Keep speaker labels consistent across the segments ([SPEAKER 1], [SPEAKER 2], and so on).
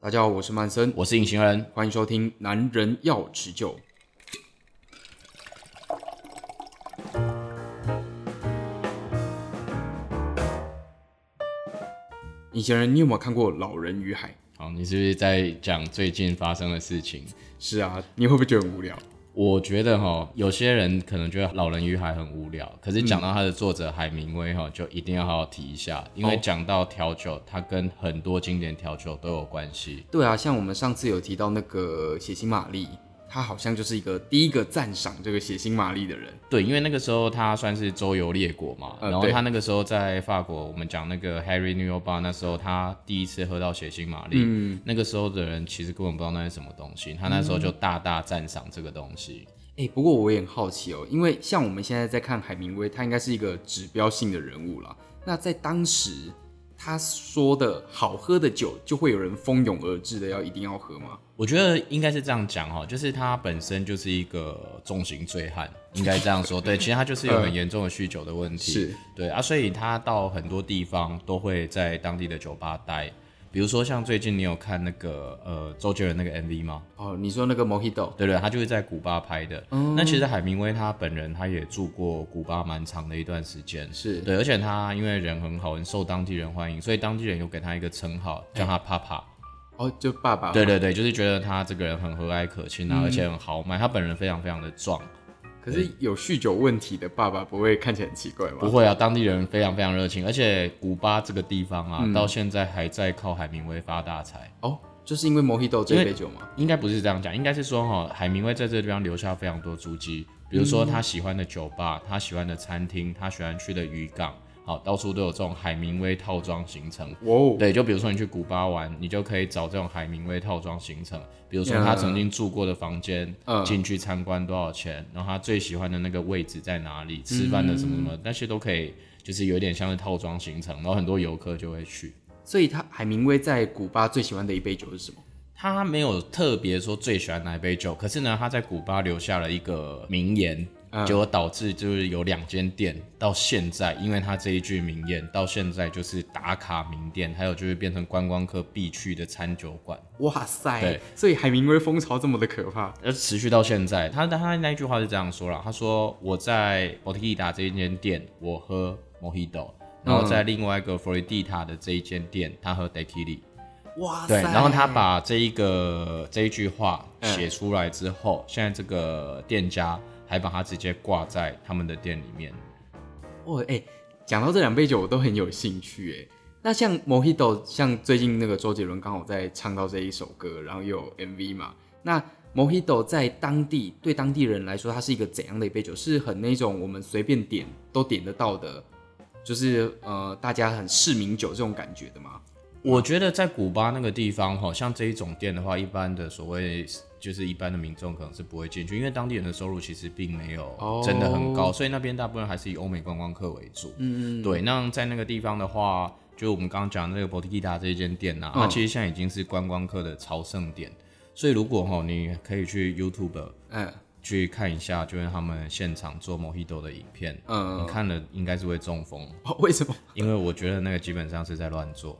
[SPEAKER 1] 大家好，我是曼森，
[SPEAKER 2] 我是隐形人。
[SPEAKER 1] 欢迎收听《男人要持久》。以前人，你有没有看过《老人与海》？
[SPEAKER 2] 好，你是不是在讲最近发生的事情？
[SPEAKER 1] 是啊，你会不会觉得很无聊？
[SPEAKER 2] 我觉得哈，有些人可能觉得《老人与海》很无聊，可是讲到他的作者海明威
[SPEAKER 1] 嗯
[SPEAKER 2] 哈，就一定要好好提一下，因为
[SPEAKER 1] 哦
[SPEAKER 2] 讲到调酒，它跟很多经典调酒都有关系。
[SPEAKER 1] 对啊，像我们上次有提到那个血腥玛丽，她好像就是一个第一个赞赏这个血腥玛丽的人。
[SPEAKER 2] 对，因为那个时候他算是周游列国嘛，
[SPEAKER 1] 呃
[SPEAKER 2] 然后
[SPEAKER 1] 对
[SPEAKER 2] 他那个时候在法国，我们讲那个 Harry New Bar，那时候他第一次喝到血腥玛丽，
[SPEAKER 1] 嗯，
[SPEAKER 2] 那个时候的人其实根本不知道那是什么东西，他那时候就大大赞赏这个东西。
[SPEAKER 1] 哎、不过我也很好奇哦，因为像我们现在在看海明威，他应该是一个指标性的人物啦。那在当时，他说的好喝的酒，就会有人蜂拥而至的要一定要喝吗？
[SPEAKER 2] 我觉得应该是这样讲哈，哦就是他本身就是一个重型醉汉，应该这样说。对，其实他就是有很严重的酗酒的问题。
[SPEAKER 1] 是，
[SPEAKER 2] 对啊，所以他到很多地方都会在当地的酒吧待。比如说像最近你有看那个呃周杰伦那个 MV 吗？
[SPEAKER 1] 哦，你说那个 Mojito，
[SPEAKER 2] 对对，他就是在古巴拍的。那其实海明威他本人他也住过古巴蛮长的一段时间，
[SPEAKER 1] 是
[SPEAKER 2] 对，而且他因为人很好，很受当地人欢迎，所以当地人有给他一个称号，叫他帕帕。
[SPEAKER 1] 哦，就爸爸，
[SPEAKER 2] 对。对对，就是觉得他这个人很和蔼可亲啊，而且很豪迈。他本人非常非常的壮，
[SPEAKER 1] 可是有酗酒问题的爸爸，不会看起来很奇怪吗？
[SPEAKER 2] 不会啊，当地人非常非常热情，而且古巴这个地方啊，到现在还在靠海明威发大财。
[SPEAKER 1] 哦，就是因为 Mojito 这一
[SPEAKER 2] 因为
[SPEAKER 1] 杯酒吗？
[SPEAKER 2] 应该不是这样讲，应该是说哈、海明威在这个地方留下非常多足迹，比如说他喜欢的酒吧、他喜欢的餐厅、他喜欢去的渔港，好，到处都有这种海明威套装行程。
[SPEAKER 1] 哇哦，
[SPEAKER 2] 对，就比如说你去古巴玩，你就可以找这种海明威套装行程，比如说他曾经住过的房间，
[SPEAKER 1] 嗯
[SPEAKER 2] 进、去参观多少钱，然后他最喜欢的那个位置在哪里，吃饭的什么
[SPEAKER 1] 嗯
[SPEAKER 2] 什么，那些都可以，就是有点像是套装行程，然后很多游客就会去。
[SPEAKER 1] 所以他海明威在古巴最喜欢的一杯酒是什么？
[SPEAKER 2] 他没有特别说最喜欢哪一杯酒，可是呢，他在古巴留下了一个名言，
[SPEAKER 1] 嗯
[SPEAKER 2] 结果导致就是有两间店到现在，因为他这一句名言到现在就是打卡名店，还有就是变成观光客必去的餐酒馆，
[SPEAKER 1] 哇塞
[SPEAKER 2] 对！
[SPEAKER 1] 所以海明威风潮这么的可怕，
[SPEAKER 2] 而呃持续到现在。他他那一句话是这样说了，他说我在 b o t i t a 这一间店我喝 Mojito，然后在另外一个 Floridita 的这一间店他喝 Tequila。
[SPEAKER 1] 哇
[SPEAKER 2] 对，
[SPEAKER 1] 塞！
[SPEAKER 2] 然后他把这一个这一句话写出来之后，现在这个店家还把它直接挂在他们的店里面。
[SPEAKER 1] 哦，哎、讲到这两杯酒，我都很有兴趣哎。那像 Mojito，像最近那个周杰伦刚好在唱到这一首歌，然后又有 MV 嘛。那 Mojito 在当地对当地人来说，它是一个怎样的一杯酒？是很那种我们随便点都点得到的，就是呃大家很市民酒这种感觉的吗？
[SPEAKER 2] 我觉得在古巴那个地方，哈，像这一种店的话，一般的所谓就是一般的民众可能是不会进去，因为当地人的收入其实并没
[SPEAKER 1] 哦
[SPEAKER 2] 有真的很高，所以那边大部分还是以欧美观光客为主。
[SPEAKER 1] 嗯，
[SPEAKER 2] 对，那在那个地方的话，就我们刚刚讲的那个 b o t i g i t a 这一间店呐、它
[SPEAKER 1] 嗯
[SPEAKER 2] 其实现在已经是观光客的朝圣点，所以如果哈，你可以去 YouTube
[SPEAKER 1] 嗯
[SPEAKER 2] 去看一下，就是他们现场做 Mojito 的影片，你
[SPEAKER 1] 嗯、
[SPEAKER 2] 看了应该是会中风，
[SPEAKER 1] 哦， 为什么？
[SPEAKER 2] 因为我觉得那个基本上是在 乱做，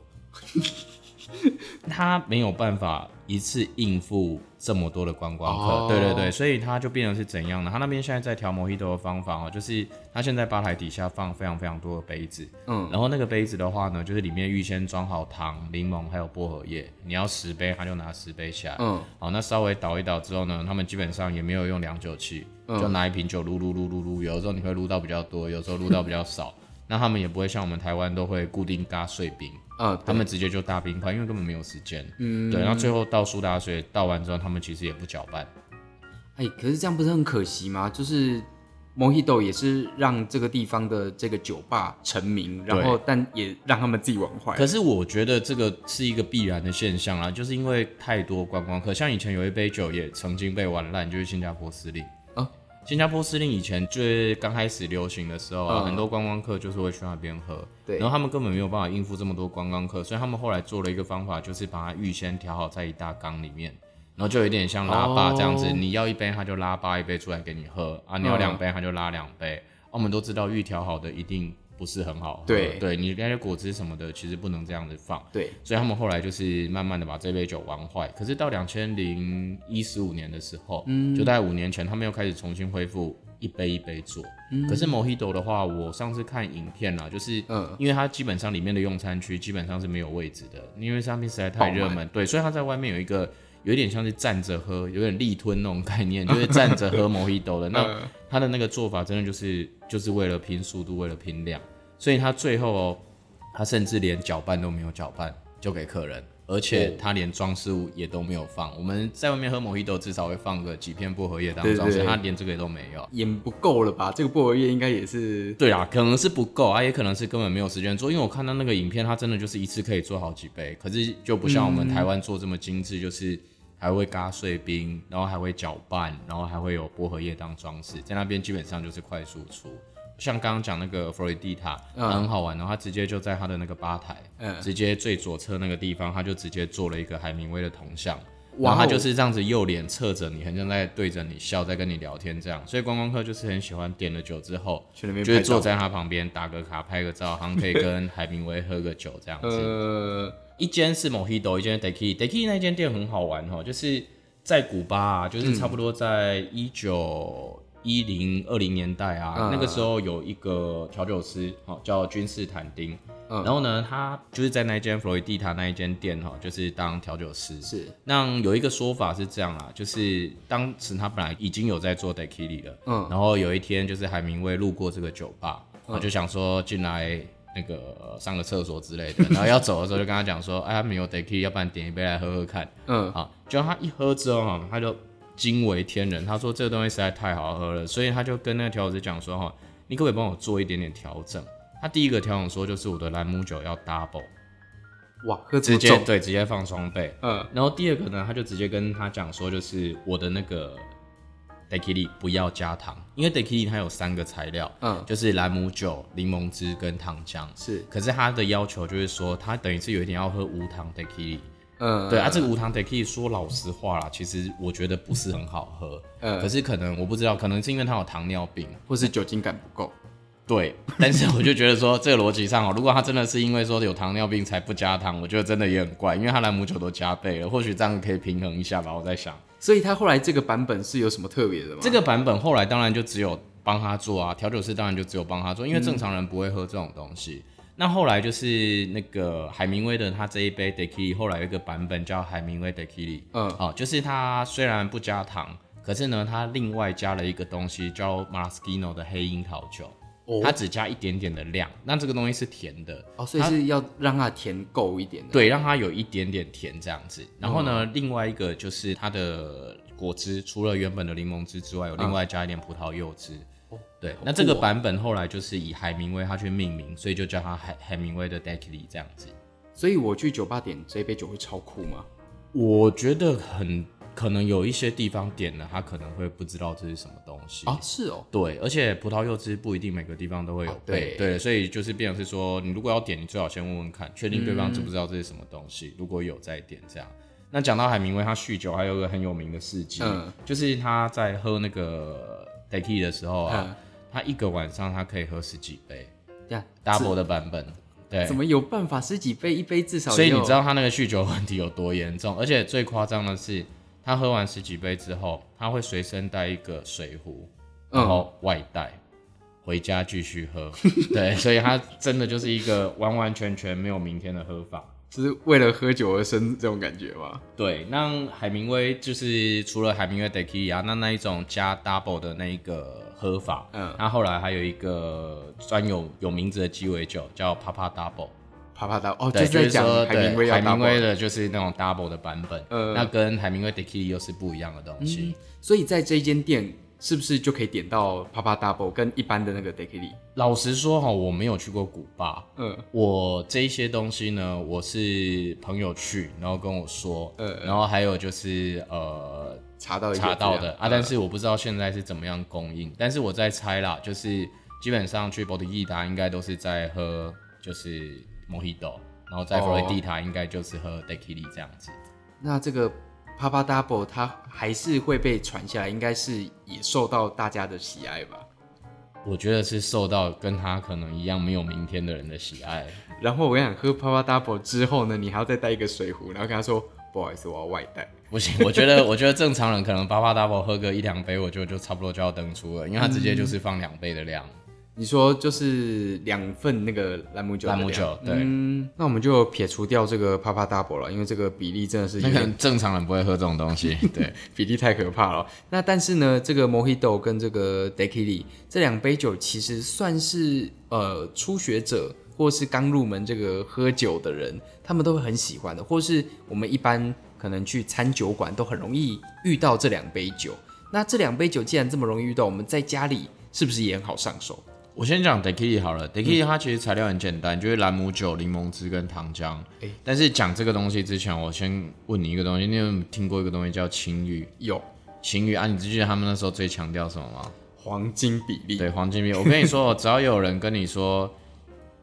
[SPEAKER 2] 他没有办法一次应付这么多的观光客，
[SPEAKER 1] 哦
[SPEAKER 2] 对对对，所以他就变成是怎样呢？他那边现在在调 Mojito 的方法哦，就是他现在吧台底下放非常非常多的杯子，
[SPEAKER 1] 嗯，
[SPEAKER 2] 然后那个杯子的话呢，就是里面预先装好糖、柠檬还有薄荷叶，你要十杯，他就拿十杯下来，
[SPEAKER 1] 嗯，
[SPEAKER 2] 好，那稍微倒一倒之后呢，他们基本上也没有用量酒器，
[SPEAKER 1] 嗯
[SPEAKER 2] 就拿一瓶酒撸撸撸撸撸，有的时候你会撸到比较多，有时候撸到比较少。那他们也不会像我们台湾都会固定嘎碎冰，
[SPEAKER 1] 嗯，
[SPEAKER 2] 他们直接就大冰块，因为根本没有时间。嗯，对。然后最后倒苏打水，倒完之后他们其实也不搅拌。
[SPEAKER 1] 哎、可是这样不是很可惜吗？就是 Mojito 也是让这个地方的这个酒吧成名，然后但也让他们自己玩坏。
[SPEAKER 2] 可是我觉得这个是一个必然的现象啦，就是因为太多观光客，像以前有一杯酒也曾经被玩烂，就是新加坡司令
[SPEAKER 1] 啊。
[SPEAKER 2] 新加坡司令以前就是刚开始流行的时候啊，
[SPEAKER 1] 嗯
[SPEAKER 2] 很多观光客就是会去那边喝，
[SPEAKER 1] 对
[SPEAKER 2] 然后他们根本没有办法应付这么多观光客，所以他们后来做了一个方法，就是把它预先调好在一大缸里面，然后就有点像拉霸这样子，
[SPEAKER 1] 哦
[SPEAKER 2] 你要一杯他就拉八一杯出来给你喝啊，你要
[SPEAKER 1] 嗯
[SPEAKER 2] 两杯他就拉两杯。啊我们都知道预调好的一定不是很好喝。
[SPEAKER 1] 对
[SPEAKER 2] 对你那些果汁什么的，其实不能这样子放。
[SPEAKER 1] 对，
[SPEAKER 2] 所以他们后来就是慢慢的把这杯酒玩坏。可是到两千零一十五年的时候，嗯，就大概五年前，他们又开始重新恢复一杯一杯做。可是 Mojito 的话，我上次看影片啦，就是
[SPEAKER 1] 嗯
[SPEAKER 2] 因为它基本上里面的用餐区基本上是没有位置的，因为上面实在太热
[SPEAKER 1] 爆
[SPEAKER 2] 门，对，所以它在外面有一个。有点像是站着喝，有点力吞那种概念，就是站着喝 Mojito 的。那
[SPEAKER 1] 呃
[SPEAKER 2] 他的那个做法真的就是就是为了拼速度，为了拼量，所以他最后哦，他甚至连搅拌都没有搅拌就给客人，而
[SPEAKER 1] 哦
[SPEAKER 2] 且他连装饰物也都没有放。我们在外面喝 Mojito 至少会放个几片薄荷叶当
[SPEAKER 1] 对对
[SPEAKER 2] 装饰，
[SPEAKER 1] 对
[SPEAKER 2] 他连这个也都没有。
[SPEAKER 1] 也不够了吧？这个薄荷叶应该也是
[SPEAKER 2] 对啊，可能是不够啊，也可能是根本没有时间做。因为我看到那个影片，它真的就是一次可以做好几杯，可是就不像我们台湾做这么精致，就是还会嘎碎冰，然后还会搅拌，然后还会有薄荷叶当装饰，在那边基本上就是快速出。像刚刚讲那个弗瑞蒂塔，它很好玩哦，它直接就在它的那个吧台，
[SPEAKER 1] 嗯
[SPEAKER 2] 直接最左侧那个地方，它就直接做了一个海明威的铜像。
[SPEAKER 1] 哇
[SPEAKER 2] 然
[SPEAKER 1] 哦
[SPEAKER 2] 后他就是这样子右脸侧着你，很像在对着你笑，在跟你聊天这样。所以观光客就是很喜欢点了酒之后，
[SPEAKER 1] 去那边
[SPEAKER 2] 就
[SPEAKER 1] 拍
[SPEAKER 2] 是
[SPEAKER 1] 照
[SPEAKER 2] 坐在他旁边打个卡、拍个照，好像可以跟海明威喝个酒这样子。
[SPEAKER 1] 呃，
[SPEAKER 2] 一间是 Mojito，一间是 Deki，Deki 那间店很好玩哦，就是在古巴、啊，就是差不多在一九一零二零年代啊，
[SPEAKER 1] 嗯
[SPEAKER 2] 那个时候有一个调酒师，哦，叫君士坦丁，
[SPEAKER 1] 嗯
[SPEAKER 2] 然后呢，他就是在那间弗洛伊蒂塔那一间店哈、哦，就是当调酒师，
[SPEAKER 1] 是
[SPEAKER 2] 那有一个说法是这样啦，就是当时他本来已经有在做 d e k i l i 了，
[SPEAKER 1] 嗯
[SPEAKER 2] 然后有一天就是海明威路过这个酒吧，他就想说进来那个呃上个厕所之 类的，然后要走的时候就跟他讲说，哎，他没有 d e k i l i 要不然点一杯来喝喝看。
[SPEAKER 1] 嗯
[SPEAKER 2] 啊，就他一喝之后哈，他就惊为天人，他说这个东西实在太好喝了，所以他就跟那个调酒师讲说哈，你可不可以帮我做一点点调整？他第一个调整说就是我的兰姆酒要 double，
[SPEAKER 1] 哇，喝这
[SPEAKER 2] 直
[SPEAKER 1] 么
[SPEAKER 2] 接
[SPEAKER 1] 重，
[SPEAKER 2] 对直接放双倍。
[SPEAKER 1] 嗯
[SPEAKER 2] 然后第二个呢，他就直接跟他讲说，就是我的那个 d e k i l i 不要加糖，因为 d e k i l i 它有三个材料，
[SPEAKER 1] 嗯
[SPEAKER 2] 就是兰姆酒、柠檬汁跟糖浆。
[SPEAKER 1] 是
[SPEAKER 2] 可是他的要求就是说，他等于是有一点要喝无糖 d e k i l i
[SPEAKER 1] 嗯
[SPEAKER 2] 对啊，这个无糖 d e k i l i 说老实话啦，其实我觉得不是很好喝。
[SPEAKER 1] 嗯
[SPEAKER 2] 可是可能我不知道，可能是因为他有糖尿病。
[SPEAKER 1] 或是酒精感不够，
[SPEAKER 2] 对，但是我就觉得说这个逻辑上哦，如果他真的是因为说有糖尿病才不加糖，我觉得真的也很怪，因为他兰姆酒都加倍了，或许这样可以平衡一下吧。我在想，
[SPEAKER 1] 所以他后来这个版本是有什么特别的吗？
[SPEAKER 2] 这个版本后来当然就只有帮他做啊，调酒师当然就只有帮他做，
[SPEAKER 1] 嗯
[SPEAKER 2] 因为正常人不会喝这种东西。那后来就是那个海明威的他这一杯 d e k i l i 后来有一个版本叫海明威 d e k i l i
[SPEAKER 1] 嗯
[SPEAKER 2] 哦，就是它虽然不加糖，可是呢，它另外加了一个东西叫 Maraschino 的黑樱桃酒。
[SPEAKER 1] 哦
[SPEAKER 2] 它只加一点点的量，那这个东西是甜的，
[SPEAKER 1] 哦，所以是要让它甜够一点的，
[SPEAKER 2] 对，让它有一点点甜这样子。然后
[SPEAKER 1] 嗯
[SPEAKER 2] 呢，另外一个就是它的果汁，除了原本的柠檬汁之外，有另外加一点葡萄柚汁。对，那这
[SPEAKER 1] 嗯
[SPEAKER 2] 个
[SPEAKER 1] 酷哦
[SPEAKER 2] 版本后来就是以海明威他去命名，所以就叫它海海明威的 d e c k l y 这样子。
[SPEAKER 1] 所以我去酒吧点这杯酒会超酷吗？
[SPEAKER 2] 我觉得很可能有一些地方点了，他可能会不知道这是什么东西
[SPEAKER 1] 啊，是哦，
[SPEAKER 2] 对，而且葡萄柚汁不一定每个地方都会有
[SPEAKER 1] 哦
[SPEAKER 2] 备，
[SPEAKER 1] 对
[SPEAKER 2] 所以就是变成是说，你如果要点，你最好先问问看，确定对方知不知道这是什么东西，如果有再点这样。那讲到海明威，他酗酒还有一个很有名的事迹，
[SPEAKER 1] 嗯
[SPEAKER 2] 就是他在喝那个 d e k i 的时候啊，
[SPEAKER 1] 嗯
[SPEAKER 2] 他一个晚上他可以喝十几杯
[SPEAKER 1] 这样
[SPEAKER 2] double 的版本，对，
[SPEAKER 1] 怎么有办法十几杯，一杯至少
[SPEAKER 2] 哎所以
[SPEAKER 1] 也
[SPEAKER 2] 你
[SPEAKER 1] 有
[SPEAKER 2] 知道他那个酗酒问题有多严重，而且最夸张的是，他喝完十几杯之后，他会随身带一个水壶，
[SPEAKER 1] 嗯
[SPEAKER 2] 然后外带、回家继续喝。 对，所以他真的就是一个完完全全没有明天的喝法。
[SPEAKER 1] 就是为了喝酒而生这种感觉吗？
[SPEAKER 2] 对，那海明威就是除了海明威 d e k i 啊，那那一种加 double 的那一个喝法，
[SPEAKER 1] 嗯
[SPEAKER 2] 那后来还有一个专有有名字的鸡尾酒叫 Papa Double。
[SPEAKER 1] 啪啪大哦，
[SPEAKER 2] 对，
[SPEAKER 1] 是在
[SPEAKER 2] 是
[SPEAKER 1] 讲
[SPEAKER 2] 说
[SPEAKER 1] 海
[SPEAKER 2] 对
[SPEAKER 1] 明威要
[SPEAKER 2] 海
[SPEAKER 1] 打
[SPEAKER 2] 明
[SPEAKER 1] 爆
[SPEAKER 2] 威的就是那种 double 的版本，
[SPEAKER 1] 呃
[SPEAKER 2] 那跟海明威 d e k i 又是不一样的东西。
[SPEAKER 1] 所以在这间店是不是就可以点到啪啪 double 跟一般的那个 d e k i l i
[SPEAKER 2] 老实说哈，我没有去过古巴，
[SPEAKER 1] 嗯，
[SPEAKER 2] 我这一些东西呢，我是朋友去，然后跟我说，
[SPEAKER 1] 呃
[SPEAKER 2] 然后还有就是呃
[SPEAKER 1] 查到一些
[SPEAKER 2] 查到
[SPEAKER 1] 资
[SPEAKER 2] 的
[SPEAKER 1] 料嗯
[SPEAKER 2] 啊，但是我不知道现在是怎么样供应，但是我在猜啦，就是基本上去博迪伊达应该都是在喝就是 Mojito，然后在
[SPEAKER 1] 哦
[SPEAKER 2] 佛罗地达应该就是喝 d e k i 这样子。
[SPEAKER 1] 那这个啪啪 double 它还是会被传下来，应该是也受到大家的喜爱吧？
[SPEAKER 2] 我觉得是受到跟他可能一样没有明天的人的喜爱。
[SPEAKER 1] 然后我跟你讲，喝 Papa Double 之后呢，你还要再带一个水壶，然后跟他说不好意思，我要外带。
[SPEAKER 2] 不行，我觉得我觉得正常人可能八八 double 喝个一两杯，我就就差不多就要登出了，因为他直接就是放两倍的量。
[SPEAKER 1] 你说就是两份那个兰姆酒的
[SPEAKER 2] 兰
[SPEAKER 1] 量，
[SPEAKER 2] 姆酒对
[SPEAKER 1] 嗯，那我们就撇除掉这个 Papa Double 了，因为这个比例真的是有
[SPEAKER 2] 那可
[SPEAKER 1] 点
[SPEAKER 2] 能正常人不会喝这种东 西。对，
[SPEAKER 1] 比例太可怕了。那但是呢，这个 Mojito 跟这个 d e k i l i 这两杯酒其实算是呃初学者或是刚入门这个喝酒的人，他们都会很喜欢的，或是我们一般可能去餐酒馆都很容易遇到这两杯酒。那这两杯酒既然这么容易遇到，我们在家里是不是也很好上手？
[SPEAKER 2] 我先讲 d e k i 好了 d e k i 它其实材料很简单，就是兰姆酒、柠檬汁跟糖浆。
[SPEAKER 1] 诶
[SPEAKER 2] 但是讲这个东西之前，我先问你一个东西，你有没有听过一个东西叫情欲？
[SPEAKER 1] 有
[SPEAKER 2] 情欲啊，你记得他们那时候最强调什么吗？
[SPEAKER 1] 黄金比例，
[SPEAKER 2] 对，黄金比例。我跟你说，只要有人跟你说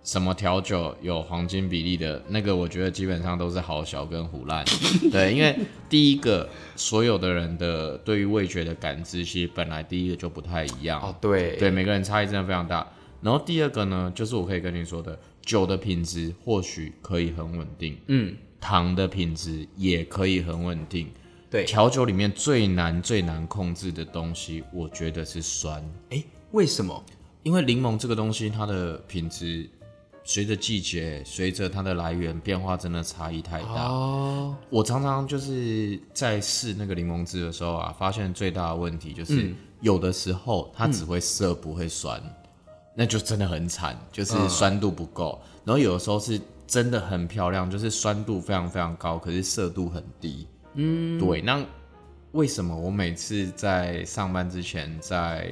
[SPEAKER 2] 什么调酒有黄金比例的那个，我觉得基本上都是好小跟胡 烂。对，因为第一个，所有的人的对于味觉的感知，其实本来第一个就不太一样。
[SPEAKER 1] 哦，对
[SPEAKER 2] 对，每个人差异真的非常大。然后第二个呢，就是我可以跟你说的，酒的品质或许可以很稳定，
[SPEAKER 1] 嗯，
[SPEAKER 2] 糖的品质也可以很稳定。
[SPEAKER 1] 对，
[SPEAKER 2] 调酒里面最难最难控制的东西，我觉得是酸。
[SPEAKER 1] 哎，为什么？
[SPEAKER 2] 因为柠檬这个东西，它的品质随着季节、随着它的来源变化，真的差异太大。
[SPEAKER 1] 哦，
[SPEAKER 2] 我常常就是在试那个柠檬汁的时候啊，发现最大的问题就是、有的时候它只会涩不会酸，那就真的很惨，就是酸度不够。然后有的时候是真的很漂亮，就是酸度非常非常高，可是涩度很低。嗯，对。那为什么我每次在上班之前，在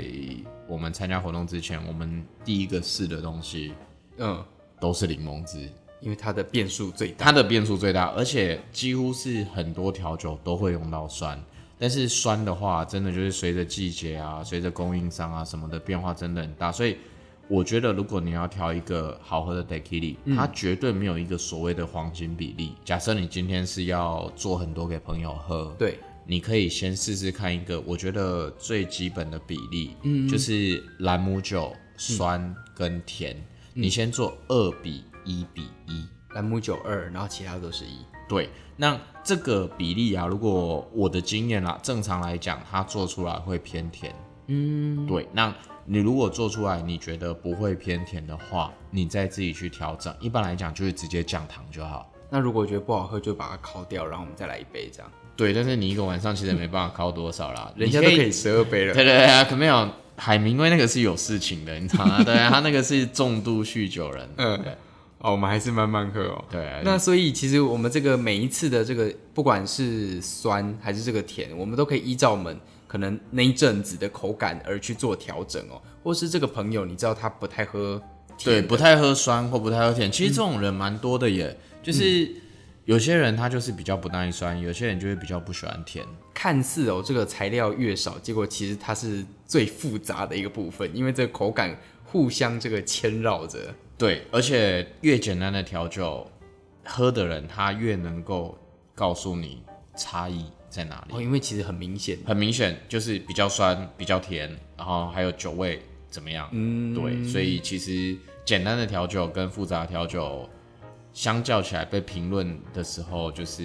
[SPEAKER 2] 我们参加活动之前，我们第一个试的东西
[SPEAKER 1] 嗯，
[SPEAKER 2] 都是柠檬汁？
[SPEAKER 1] 因为它的变数最大，
[SPEAKER 2] 它的变数最大，而且几乎是很多调酒都会用到酸。但是酸的话，真的就是随着季节啊、随着供应商啊什么的变化，真的很大。所以我觉得，如果你要调一个好喝的 d e q i l i 它绝对没有一个所谓的黄金比例。假设你今天是要做很多给朋友喝，
[SPEAKER 1] 对，
[SPEAKER 2] 你可以先试试看一个，我觉得最基本的比例，就是兰姆酒酸跟甜，你先做二比一比一。
[SPEAKER 1] 兰姆酒二，然后其他都是一。
[SPEAKER 2] 对，那这个比例啊，如果我的经验啦，正常来讲，它做出来会偏甜。嗯，对。那你如果做出来你觉得不会偏甜的话，你再自己去调整。一般来讲，就是直接降糖就好。
[SPEAKER 1] 那如果觉得不好喝，就把它烤掉，然后我们再来一杯这样。
[SPEAKER 2] 对，但是你一个晚上其实也没办法高多少啦，
[SPEAKER 1] 人家都
[SPEAKER 2] 你
[SPEAKER 1] 可以十二杯了。
[SPEAKER 2] 嗯对对对啊，可没有海明威那个是有事情的，你知道 吗？对啊，他那个是重度酗酒人。
[SPEAKER 1] 嗯，哦，我们还是慢慢喝哦。
[SPEAKER 2] 对啊，
[SPEAKER 1] 那所以其实我们这个每一次的这个，不管是酸还是这个甜，我们都可以依照我们可能那一阵子的口感而去做调整哦。或是这个朋友，你知道他不太喝
[SPEAKER 2] 对，
[SPEAKER 1] 甜，嗯
[SPEAKER 2] 不太喝酸或不太喝甜，其实这种人蛮多的耶。就是有些人他就是比较不耐酸，有些人就是比较不喜欢甜。
[SPEAKER 1] 看似哦这个材料越少，结果其实它是最复杂的一个部分，因为这个口感互相这个牵绕着。
[SPEAKER 2] 对，而且越简单的调酒，喝的人他越能够告诉你差异在哪里。
[SPEAKER 1] 哦，因为其实很明显，
[SPEAKER 2] 很明显就是比较酸、比较甜，然后还有酒味怎么样？嗯，对，所以其实简单的调酒跟复杂的调酒相较起来，被评论的时候就是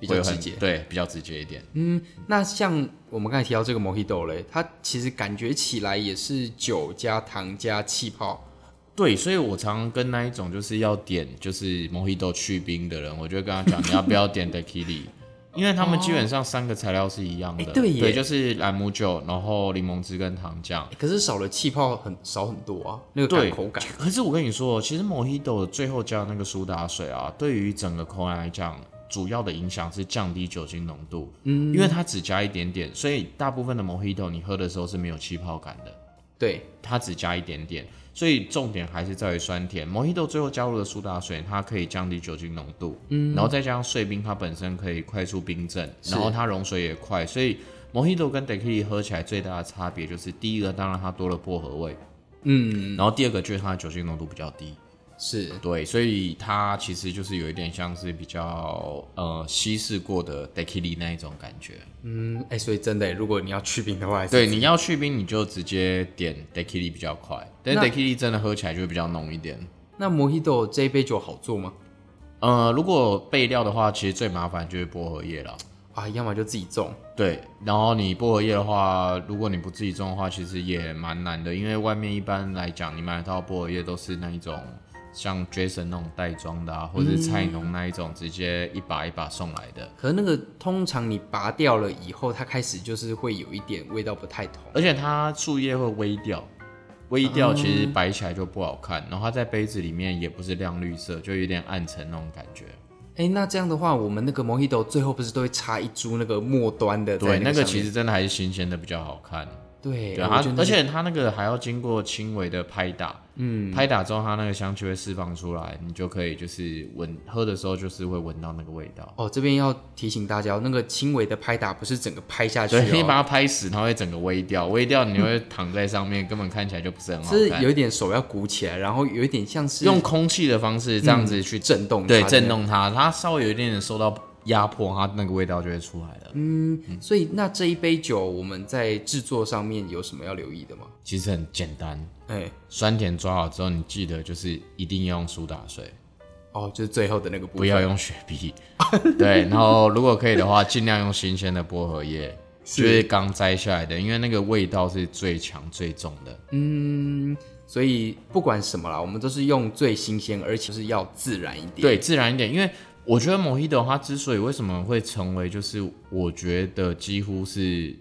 [SPEAKER 1] 比较
[SPEAKER 2] 会很
[SPEAKER 1] 直接
[SPEAKER 2] 对，比较直接一点。
[SPEAKER 1] 那像我们刚才提到这个 Mojito 嘞，它其实感觉起来也是酒加糖加气泡，
[SPEAKER 2] 对，所以我常常跟那一种就是要点就是 Mojito 去冰的人，我就跟他 讲你要不要点 d e q i l i 因为他们基本上三个材料是一样的，
[SPEAKER 1] 哦诶对耶
[SPEAKER 2] 就是兰姆酒，然后柠檬汁跟糖浆。
[SPEAKER 1] 欸可是少了气泡很少很多啊，那个
[SPEAKER 2] 对
[SPEAKER 1] 感口感。
[SPEAKER 2] 可是我跟你说，哦其实 Mojito 最后加的那个苏打水啊，对于整个口感来讲，主要的影响是降低酒精浓度。嗯，因为它只加一点点，所以大部分的 Mojito 你喝的时候是没有气泡感的，
[SPEAKER 1] 对，
[SPEAKER 2] 它只加一点点。所以重点还是在于酸甜。Mojito 最后加入的苏打水，它可以降低酒精浓度，嗯，然后再加上碎冰，它本身可以快速冰镇，
[SPEAKER 1] 是
[SPEAKER 2] 然后它溶水也快，所以 Mojito 跟 d e q u i l 喝起来最大的差别就是，第一个当然它多了薄荷味，
[SPEAKER 1] 嗯，
[SPEAKER 2] 然后第二个就是它的酒精浓度比较低。
[SPEAKER 1] 是
[SPEAKER 2] 对，所以它其实就是有一点像是比较呃稀释过的 d e k i l i 那一种感觉。
[SPEAKER 1] 嗯，哎、所以真的耶，如果你要去冰的话，还是
[SPEAKER 2] 对，你要去冰你就直接点 d e k i l i 比较快，但是
[SPEAKER 1] 那
[SPEAKER 2] d e k i l i 真的喝起来就会比较浓一点。
[SPEAKER 1] 那 Mojito 这一杯酒好做吗？
[SPEAKER 2] 呃，如果备料的话，其实最麻烦就是薄荷叶了。
[SPEAKER 1] 啊，要么就自己种，
[SPEAKER 2] 对，然后你薄荷叶的话，如果你不自己种的话，其实也蛮难的，因为外面一般来讲，你买得到薄荷叶都是那一种像 Jason 那种袋装的啊，或者是菜农那一种直接一把一把送来的。
[SPEAKER 1] 可是那个通常你拔掉了以后，它开始就是会有一点味道不太同。
[SPEAKER 2] 而且它树叶会微掉，微掉其实摆起来就不好看。然后它在杯子里面也不是亮绿色，就有点暗沉那种感觉。
[SPEAKER 1] 哎、那这样的话，我们那个 Mojito 最后不是都会插一株那个末端的在
[SPEAKER 2] 对，那
[SPEAKER 1] 个
[SPEAKER 2] 个
[SPEAKER 1] 上
[SPEAKER 2] 其
[SPEAKER 1] 面
[SPEAKER 2] 实真的还是新鲜的比较好看。
[SPEAKER 1] 对，
[SPEAKER 2] 对，
[SPEAKER 1] 我
[SPEAKER 2] 它
[SPEAKER 1] 觉得那
[SPEAKER 2] 而且它那个还要经过轻微的拍打，嗯，拍打之后它那个香气会释放出来，你就可以就是闻喝的时候就是会闻到那个味道。
[SPEAKER 1] 哦，这边要提醒大家哦，那个轻微的拍打不是整个拍下去、
[SPEAKER 2] 对，你
[SPEAKER 1] 哦，
[SPEAKER 2] 把它拍死，它会整个微掉，微掉你会躺在上面，根本看起来就不是很 好
[SPEAKER 1] 是
[SPEAKER 2] 看。
[SPEAKER 1] 有一点手要鼓起来，然后有一点像是
[SPEAKER 2] 哦用空气的方式这样子去
[SPEAKER 1] 嗯震动它
[SPEAKER 2] 对，
[SPEAKER 1] 的
[SPEAKER 2] 震动它，它稍微有一点点受到压迫，它那个味道就会出来了。
[SPEAKER 1] 嗯所以那这一杯酒我们在制作上面有什么要留意的吗？
[SPEAKER 2] 其实很简单，
[SPEAKER 1] 哎、
[SPEAKER 2] 酸甜抓好之后，你记得就是一定要用苏打水，
[SPEAKER 1] 哦，就是最后的那个部
[SPEAKER 2] 不
[SPEAKER 1] 分，
[SPEAKER 2] 要用雪碧。 对，然后如果可以的话，尽量用新鲜的薄荷叶，就是刚摘下来的，因为那个味道是最强最重的。
[SPEAKER 1] 所以不管什么啦，我们都是用最新鲜，而且是要自然一点。
[SPEAKER 2] 对，自然一点，因为我觉得 Mojito 它之所以为什么会成为，就是我觉得几乎是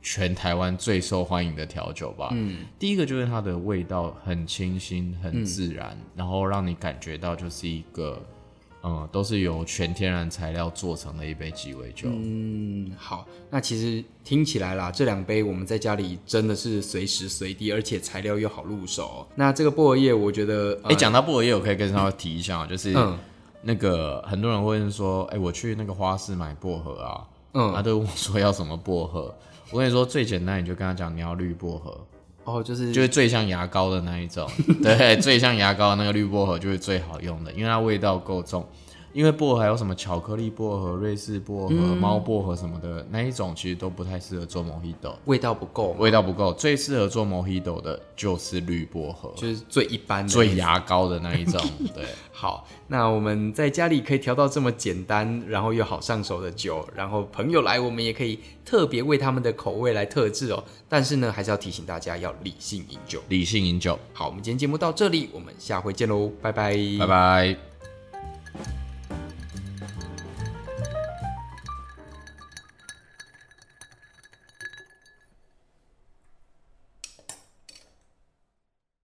[SPEAKER 2] 全台湾最受欢迎的调酒吧。嗯，第一个就是它的味道很清新、很自然，然后让你感觉到就是一个，嗯，都是由全天然材料做成的一杯鸡尾酒。
[SPEAKER 1] 嗯，好，那其实听起来啦，这两杯我们在家里真的是随时随地，而且材料又好入手哦、那这个薄荷叶，我觉得，呃
[SPEAKER 2] 哎、讲、到薄荷叶，我可以跟稍微提一下，就是。
[SPEAKER 1] 嗯
[SPEAKER 2] 那个很多人会问说，哎、我去那个花市买薄荷啊，
[SPEAKER 1] 嗯
[SPEAKER 2] 他都问我说要什么薄荷。我跟你说，最简单，你就跟他讲你要绿薄荷，
[SPEAKER 1] 哦，就是
[SPEAKER 2] 就是最像牙膏的那一 种，对，最像牙膏的那个绿薄荷就是最好用的，因为它味道够重。因为薄荷还有什么巧克力薄荷、瑞士薄荷、
[SPEAKER 1] 嗯
[SPEAKER 2] 猫、薄荷什么的那一种，其实都不太适合做 mojito，
[SPEAKER 1] 味道不够，
[SPEAKER 2] 味道不够。最适合做 mojito 的就是绿薄荷，
[SPEAKER 1] 就是最一般的。
[SPEAKER 2] 最牙膏的那一种。对，
[SPEAKER 1] 好，那我们在家里可以调到这么简单，然后又好上手的酒，然后朋友来，我们也可以特别为他们的口味来特制哦。但是呢，还是要提醒大家要理性饮酒。
[SPEAKER 2] 理性饮酒，
[SPEAKER 1] 好，我们今天节目到这里，我们下回见喽，拜拜，
[SPEAKER 2] 拜拜。